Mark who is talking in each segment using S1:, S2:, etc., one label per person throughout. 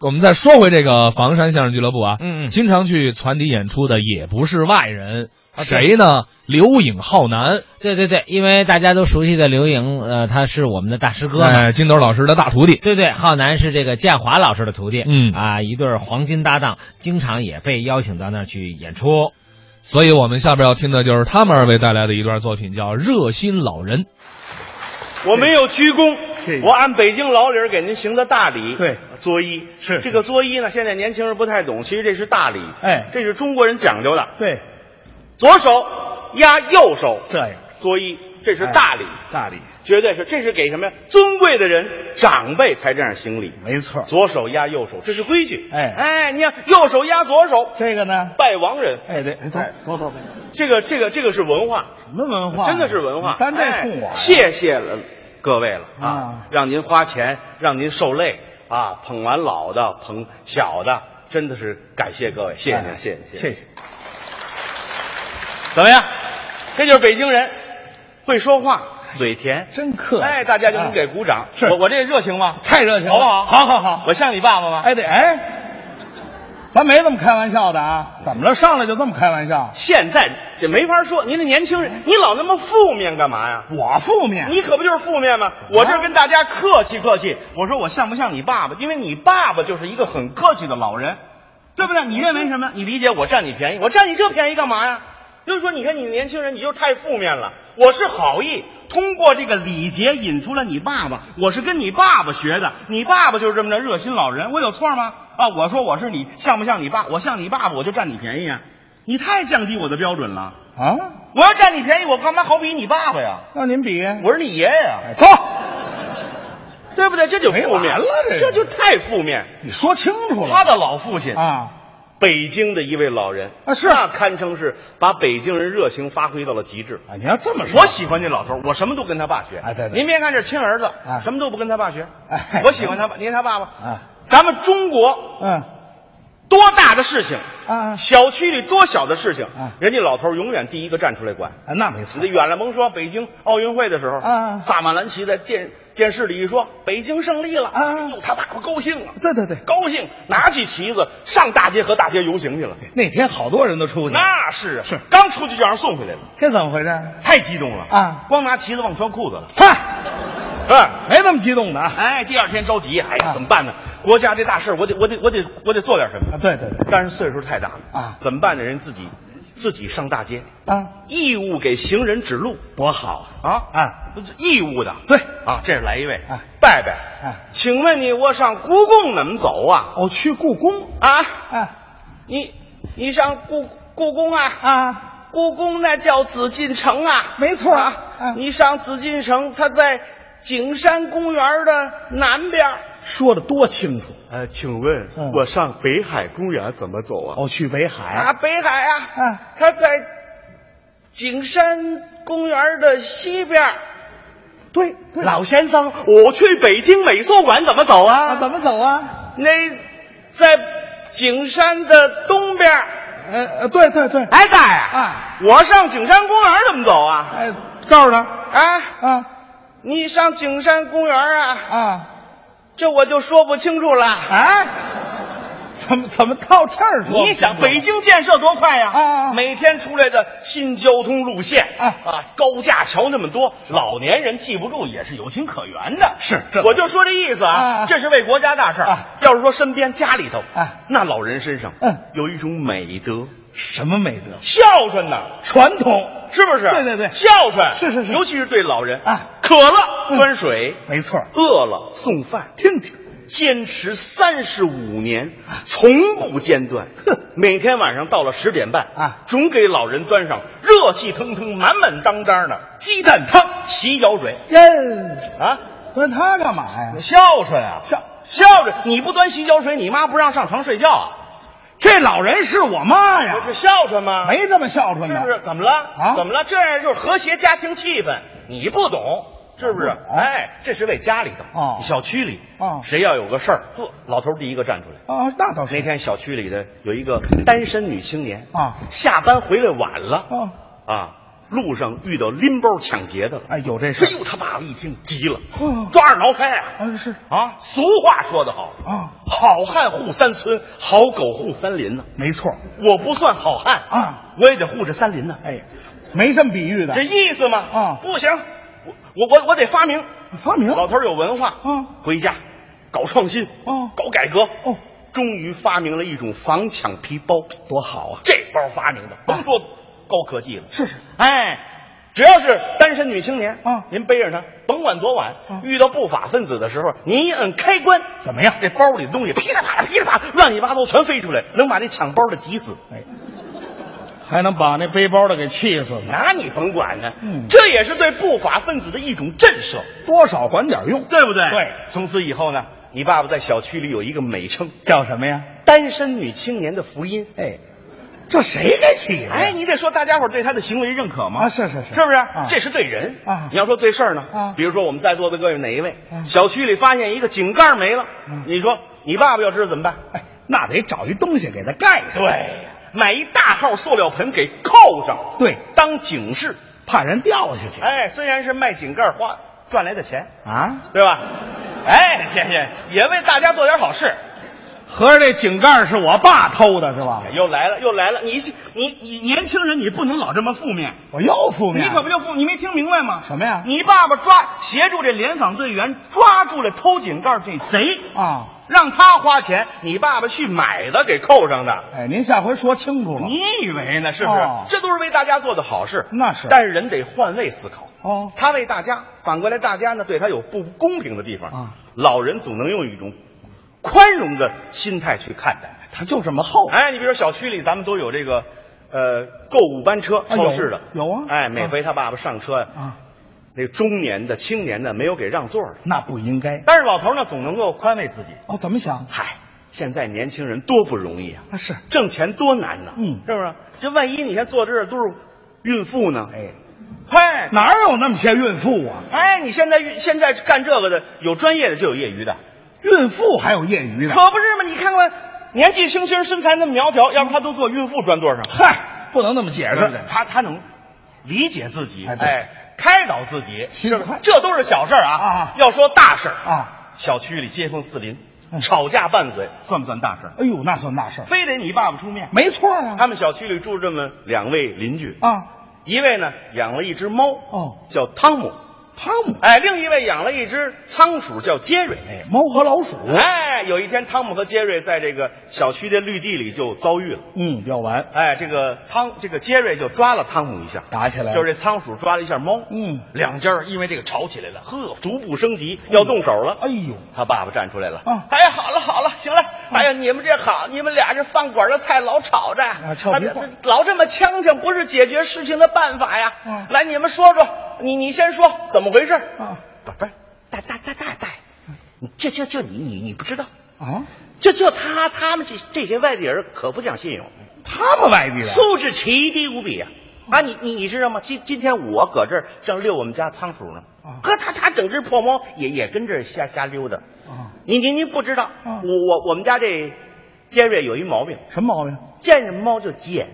S1: 我们再说回这个房山相声俱乐部啊，
S2: 嗯嗯
S1: 经常去传笛演出的也不是外人，
S2: 啊对
S1: 谁呢？刘影浩南，
S2: 对对对，因为大家都熟悉的刘莹，呃，他是我们的大师哥嘛。
S1: 哎，金斗老师的大徒弟，
S2: 对对，浩南是这个建华老师的徒弟，
S1: 嗯
S2: 啊，一对儿黄金搭档，经常也被邀请到那儿去演出。
S1: 所以我们下边要听的就是他们二位带来的一段作品，叫《热心老人》。
S3: 我没有鞠躬
S4: 是，
S3: 我按北京老理儿给您行的大礼。
S4: 对，
S3: 作揖
S4: 是
S3: 这个作揖呢，现在年轻人不太懂，其实这是大礼，
S4: 哎
S3: 这是中国人讲究的，
S4: 对，
S3: 左手压右手
S4: 这样
S3: 作揖，这
S4: 哎
S3: 是大礼，
S4: 大礼，
S3: 绝对是，这是给什么呀？尊贵的人、长辈才这样行礼，
S4: 没错。
S3: 左手压右手，这是规矩。
S4: 哎
S3: 哎，你看右手压左手，
S4: 这个呢？
S3: 拜亡人，
S4: 哎，对，走走走，走
S3: 这个这个这个是文化，
S4: 什么文化？啊
S3: 真的是文化。
S4: 你单带冲我
S3: 哎，谢谢了各位了啊
S4: 啊，
S3: 让您花钱，让您受累啊，捧完老的，捧小的，真的是感谢各位，谢谢您，
S4: 哎
S3: 谢谢，
S4: 谢。谢。
S3: 怎么样？这就是北京人，会说话，嘴甜，
S4: 真客气
S3: 哎，大家就能给鼓掌。
S4: 是
S3: 我我这热情吗？
S4: 太热情了
S3: 好不好？
S4: 好好好
S3: 我像你爸爸吗？
S4: 哎，对，哎，咱没这么开玩笑的啊！怎么了？上来就这么开玩笑？
S3: 现在这没法说，您这年轻人，你老那么负面干嘛呀？
S4: 我负面？
S3: 你可不就是负面吗？我这跟大家客气客气，我说我像不像你爸爸？因为你爸爸就是一个很客气的老人，对不对？你认为什么？你理解我占你便宜，我占你这便宜干嘛呀？就是说，你看你年轻人，你就太负面了。我是好意，通过这个礼节引出了你爸爸，我是跟你爸爸学的。你爸爸就是这么着热心老人，我有错吗？啊，我说我是你像不像你爸？我像你爸爸，我就占你便宜啊！你太降低我的标准了。
S4: 啊？
S3: 我要占你便宜，我干嘛好比你爸爸呀？
S4: 那您比？
S3: 我是你爷爷啊！
S4: 哎走，
S3: 对不对？这就
S4: 没
S3: 负面
S4: 完了这
S3: 这
S4: 个
S3: 就太负面。
S4: 你说清楚
S3: 他
S4: 了
S3: 的老父亲，
S4: 啊！
S3: 北京的一位老人
S4: 啊是
S3: 那堪称是把北京人热情发挥到了极致。
S4: 啊，你要这么说，
S3: 我喜欢这老头儿，我什么都跟他爸学。
S4: 哎对对
S3: 您别看这亲儿子
S4: 啊，
S3: 什么都不跟他爸学
S4: 哎。
S3: 我喜欢他爸，您看他爸爸。
S4: 啊，
S3: 咱们中国
S4: 嗯
S3: 多大的事情，
S4: 啊，
S3: 小区里多小的事情
S4: 啊，
S3: 人家老头儿永远第一个站出来管。
S4: 啊那没错
S3: 你这，远了甭说，北京奥运会的时候，
S4: 啊
S3: 萨马兰奇在电电视里一说北京胜利了，
S4: 啊
S3: 哎呦，他爸爸高兴了，
S4: 对对对，
S3: 高兴，拿起旗子上大街和大街游行去了。
S4: 那天好多人都出去了，
S3: 那是啊，
S4: 哎是哎
S3: 刚出去就让人送回来了，
S4: 这怎么回事？
S3: 太激动了
S4: 啊
S3: 光拿旗子忘穿裤子了，
S4: 嗨，
S3: 哎
S4: 没那么激动的啊！
S3: 哎，第二天着急，哎呀，
S4: 啊
S3: 怎么办呢？国家这大事儿，我得我得我得我得做点什
S4: 啊
S3: 么。
S4: 对对对，
S3: 但是岁数太大了
S4: 啊
S3: 怎么办呢？人自己自己上大街，
S4: 啊，
S3: 义务给行人指路，
S4: 多好
S3: 啊
S4: 啊！
S3: 不是义务的，
S4: 对
S3: 啊，这是来一位
S4: 啊，
S3: 拜拜
S4: 啊
S3: 请问你我上故宫怎么走啊？
S4: 哦，去故宫
S3: 啊，
S4: 啊
S3: 你你上故故宫啊？
S4: 啊！
S3: 故宫那叫紫禁城啊，
S4: 没错
S3: 啊
S4: 啊
S3: 你上紫禁城，它在景山公园的南边。
S4: 说的多清楚
S3: 呃，请问
S4: 嗯我
S3: 上北海公园怎么走啊？
S4: 哦，去北海
S3: 啊，北海啊，
S4: 嗯
S3: 它在景山公园的西边。
S4: 对对
S3: 老先生，我去北京美术馆怎么走
S4: 啊，
S3: 啊？
S4: 怎么走啊？
S3: 那在景山的东边儿。
S4: 呃呃，对对对，
S3: 哎，大爷，
S4: 啊，
S3: 我上景山公园怎么走啊？
S4: 哎，告诉他
S3: 啊，
S4: 啊
S3: 你上景山公园啊？
S4: 啊，
S3: 这我就说不清楚了。
S4: 哎，怎么怎么到这儿说？
S3: 你想北京建设多快呀、
S4: 啊
S3: 每天出来的新交通路线
S4: 啊
S3: 高架桥那么多，老年人记不住也是有情可原的。
S4: 是这
S3: 我就说这意思啊，
S4: 啊
S3: 这是为国家大事儿
S4: 啊
S3: 要是说身边家里头
S4: 啊
S3: 那老人身上
S4: 嗯
S3: 有一种美德，
S4: 什么美德？
S3: 孝顺呐。
S4: 传统
S3: 是不是？
S4: 对对对
S3: 孝顺
S4: 是是是
S3: 尤其是对老人
S4: 啊
S3: 渴了端水，
S4: 没错，
S3: 饿了送饭，
S4: 听听，
S3: 坚持三十五年，从不间断。
S4: 哼
S3: 每天晚上到了十点半
S4: 啊
S3: 总给老人端上热气腾腾、满满当当的鸡蛋汤、洗脚水
S4: 耶，
S3: 啊，
S4: 哎问他干嘛呀？
S3: 孝顺啊，
S4: 孝
S3: 孝顺！你不端洗脚水，你妈不让上床睡觉啊？
S4: 这老人是啊我妈
S3: 这是
S4: 哎呀，
S3: 孝顺吗？
S4: 没这么孝顺
S3: 是
S4: 的，
S3: 不是？怎么了？
S4: 啊
S3: 怎么了？这样就是和谐家庭气氛，你不懂。是不是？哎，这是为家里的
S4: 哦
S3: 小区里
S4: 哦
S3: 谁要有个事儿，呵，老头儿第一个站出来。
S4: 啊，那倒 是
S3: 那天小区 里的有一个单身女青年
S4: 啊
S3: 下班回来晚了
S4: 哦
S3: 啊，路上遇到拎包抢劫的了。
S4: 哎，有这事
S3: 哎
S4: 儿
S3: 呦，他爸爸一听急了
S4: 哦，
S3: 抓耳挠腮啊！
S4: 啊，是
S3: 啊，俗话说得好
S4: 啊，
S3: 好汉护三村，好狗护三林呐、
S4: 没错，
S3: 我不算好汉
S4: 啊，
S3: 我也得护着三林呐、
S4: 哎，没这么比喻的
S3: 这。意思嘛，
S4: 啊
S3: 不行，我我我我得发明。
S4: 发明
S3: 老头儿有文化，
S4: 嗯
S3: 回家搞创新，
S4: 哦
S3: 搞改革，
S4: 哦，
S3: 终于发明了一种防抢皮包，多好啊！这包发明的，甭说高科技了，
S4: 嗯是是，
S3: 哎，只要是单身女青年，
S4: 啊
S3: 您背着她，甭管多晚，
S4: 啊
S3: 遇到不法分子的时候，您一摁开关，
S4: 怎么样
S3: 这包里的东西噼里啪啦、噼里啪啦，乱七八糟全飞出来，能把那抢包的急死。
S4: 哎，还能把那背包的给气死呢？
S3: 那你甭管呢，
S4: 嗯
S3: 这也是对不法分子的一种震慑，
S4: 多少管点用，
S3: 对不 对？
S4: 对
S3: 从此以后呢，你爸爸在小区里有一个美称
S4: 叫什么呀？
S3: “单身女青年的福音
S4: 哎，这谁给起的？
S3: 哎，你得说大家伙儿对他的行为认可吗？
S4: 啊，是是
S3: 是
S4: 是，
S3: 不是？
S4: 啊
S3: 这是对人
S4: 啊
S3: 你要说对事儿呢？
S4: 啊
S3: 比如说我们在座的各位哪一位，
S4: 嗯
S3: 小区里发现一个井盖没了，
S4: 嗯
S3: 你说你爸爸要知道怎么办？
S4: 哎，那得找一东西给它盖上，
S3: 对，买一大号塑料盆给扣上，
S4: 对，
S3: 当警示。
S4: 怕人掉下去。
S3: 哎，虽然是卖井盖花赚来的钱，
S4: 啊，
S3: 对吧？哎，这这也为大家做点好事。
S4: 合着这井盖是我爸偷的是吧？
S3: 哎又来了，又来了！你你你年轻人，你不能老这么负面。
S4: 我又负
S3: 你
S4: 面，啊
S3: 可不就负，你没听明白吗？
S4: 什么呀
S3: 你爸爸抓协助这联防队员抓住了偷井盖这贼，
S4: 啊？
S3: 让他花钱，你爸爸去买的给扣上的。
S4: 哎，您下回说清楚了。
S3: 你以为呢？是不是？
S4: 哦
S3: 这都是为大家做的好事。
S4: 那是
S3: 但是人得换位思考。
S4: 哦，
S3: 他为大家，反过来大家呢对他有不公平的地方。
S4: 啊，
S3: 老人总能用一种宽容的心态去看待。
S4: 他就这么厚。
S3: 哎，你比如小区里咱们都有这个，呃，购物班车，
S4: 啊
S3: 超市的、
S4: 有有啊
S3: 哎，每回他爸爸上车呀、
S4: 啊，
S3: 那中年的、青年的没有给让座的。
S4: 那不应该。
S3: 但是老头呢，总能够宽慰自己。
S4: 哦，怎么想？
S3: 嗨，现在年轻人多不容易啊，
S4: 啊是
S3: 挣钱多难呐、
S4: 嗯
S3: 是不是？这万一你看坐这儿都是孕妇呢？
S4: 哎，
S3: 嗨，
S4: 哪有那么些孕妇啊？
S3: 哎，你现在孕现在干这个的，有专业的就有业余的，
S4: 孕妇还有业余的？
S3: 可不是嘛？你看看，年纪轻轻，身材那么苗条，要不他都坐孕妇专座上。
S4: 嗨，不能那么解
S3: 对不对
S4: 释。
S3: 他他能理解自己，
S4: 哎对
S3: 哎，开导自己，
S4: 心宽
S3: 这都是小事儿啊
S4: 啊
S3: 要说大事儿，
S4: 啊！
S3: 小区里街坊四邻、
S4: 嗯
S3: 吵架拌嘴，算不算大事儿？
S4: 哎呦，那算大事儿，
S3: 非得你爸爸出面。
S4: 没错啊。
S3: 他们小区里住这么两位邻居，
S4: 啊，
S3: 一位呢养了一只猫，
S4: 哦，
S3: 叫汤姆，
S4: 汤姆，
S3: 哎，另一位养了一只仓鼠，叫杰瑞。
S4: 哎，猫和老鼠，
S3: 哎，有一天，汤姆和杰瑞在这个小区的绿地里就遭遇了。
S4: 嗯，要完，
S3: 哎，这个汤，这个杰瑞就抓了汤姆一下，
S4: 打起来了
S3: 就是这仓鼠抓了一下猫，
S4: 嗯，
S3: 两家儿因为这个吵起来了，呵，逐步升级，要动手了。
S4: 哎呦，
S3: 他爸爸站出来了，
S4: 啊
S3: 哎呀，好了好了，行了，哎呀，你们这好，你们俩这饭馆的菜老吵着呀，
S4: 啊臭皮
S3: 啊
S4: 话
S3: 这老这么呛呛，不是解决事情的办法呀。
S4: 嗯
S3: 来，你们说说，你你先说怎么回事？
S4: 啊
S3: 不不是，大大大大大，你就就就你你你不知道，
S4: 啊，
S3: 就就他他们这这些外地人可不讲信用。
S4: 他们外地的，
S3: 素质奇低无比啊！啊，你你你知道吗？今今天我搁这儿正遛我们家仓鼠呢
S4: 啊，
S3: 呵，它它整只破猫也也跟这儿瞎瞎溜达。
S4: 啊，
S3: 你你你不知道，
S4: 啊
S3: 我我我们家这杰瑞有一毛病，
S4: 什么毛病？
S3: 见着猫就急眼，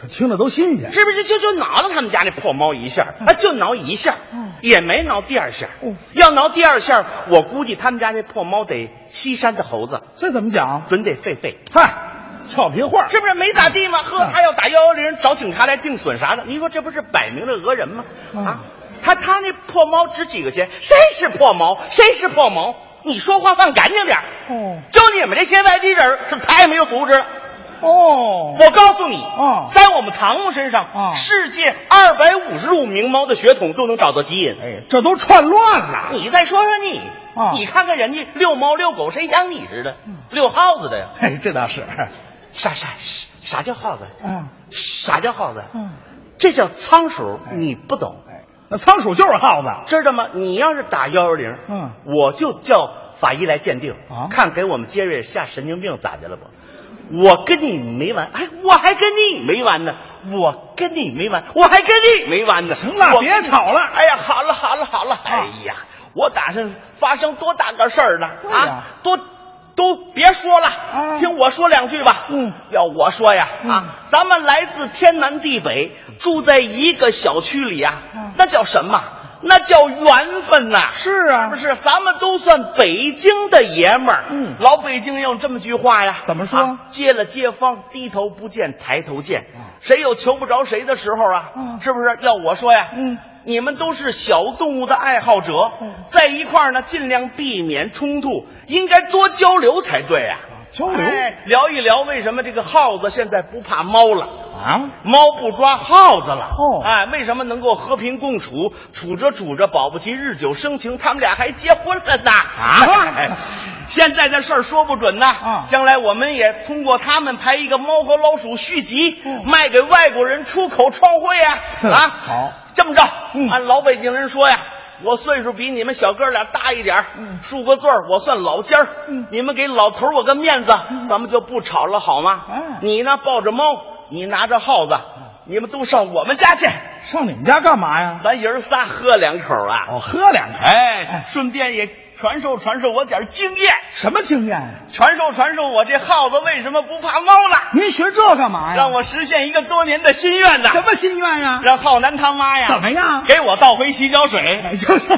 S4: 这听着都新鲜。
S3: 是不是？就就挠了他们家那破猫一下，啊，就挠一下
S4: 嗯，
S3: 也没挠第二下
S4: 哦。
S3: 要挠第二下，我估计他们家那破猫得西山的猴子，
S4: 这怎么讲？
S3: 准得狒狒。
S4: 嗨，俏皮话，
S3: 是不是没咋地嘛？呵，
S4: 嗯
S3: 他要打幺幺零找警察来定损啥的，你说这不是摆明了讹人吗？
S4: 嗯
S3: 啊，他他那破猫值几个钱？谁是破毛？谁是破毛？你说话放干净点儿
S4: 哦
S3: 就你们这些外地人儿是太没有素质了。
S4: 哦，
S3: 我告诉你，
S4: 哦
S3: 在我们唐木身上，
S4: 哦
S3: 世界二百五十五名猫的血统都能找到基因。
S4: 哎，这都串乱了。
S3: 你再说说你，
S4: 哦嗯
S3: 你看看人家遛猫遛狗，谁像你似的遛耗子的呀？
S4: 嘿，这倒是，
S3: 啥啥啥啥叫耗子？
S4: 啊，
S3: 啥叫耗子？
S4: 嗯，
S3: 这叫仓鼠，
S4: 哎
S3: 你不懂，
S4: 哎，那仓鼠就是耗子。
S3: 知道吗？你要是打幺幺零，
S4: 嗯，
S3: 我就叫法医来鉴定，
S4: 啊
S3: 看给我们杰瑞下神经病咋的了不？我跟你没完，哎，我还跟你没完呢，我跟你没完，我还跟你没完呢。
S4: 行了
S3: 我
S4: 别吵了啊
S3: 哎呀，好了好了好了，哎呀，我打算发生多大个事儿呢
S4: 对呀
S3: 啊！多多都别说了，
S4: 啊
S3: 听我说两句吧。
S4: 嗯，
S3: 要我说呀，
S4: 嗯
S3: 啊，咱们来自天南地北，住在一个小区里啊呀、
S4: 嗯
S3: 那叫什么？那叫缘分呐、
S4: 是啊
S3: 是不是？咱们都算北京的爷们儿。
S4: 嗯
S3: 老北京有这么句话呀，
S4: 怎么说
S3: 啊街了街坊，低头不见抬头见。谁有求不着谁的时候啊？
S4: 啊嗯
S3: 是不是？要我说呀，
S4: 嗯，
S3: 你们都是小动物的爱好者，
S4: 嗯
S3: 在一块儿呢，尽量避免冲突，应该多交流才对呀、
S4: 交流
S3: 哎聊一聊为什么这个耗子现在不怕猫了。
S4: 啊，
S3: 猫不抓耗子了。
S4: 哦
S3: 哎，为什么能够和平共处？处着处着，保不齐日久生情，他们俩还结婚了呢。啊哎，现在这事儿说不准呐。
S4: 啊
S3: 将来我们也通过他们拍一个《猫和老鼠》续集，
S4: 嗯
S3: 卖给外国人出口创汇呀、啊。
S4: 哼好，
S3: 这么着，
S4: 嗯
S3: 按老北京人说呀。我岁数比你们小哥俩大一点儿
S4: 嗯
S3: 竖个座儿，我算老尖儿。
S4: 嗯
S3: 你们给老头儿我个面子，咱们就不吵了，好吗？
S4: 哎
S3: 你呢抱着猫，你拿着耗子，你们都上我们家去，
S4: 上你们家干嘛呀？
S3: 咱爷儿仨喝两口啊！
S4: 哦，喝两口。
S3: 哎，顺便也传授传授我点经验，
S4: 什么经验呀？
S3: 传授传授我这耗子为什么不怕猫了，
S4: 您学这干嘛呀？
S3: 让我实现一个多年的心愿呢。
S4: 哎什么心愿呀？
S3: 让浩南他妈呀，
S4: 怎么样 哎
S3: 给我倒回洗脚水。
S4: 哎，就是。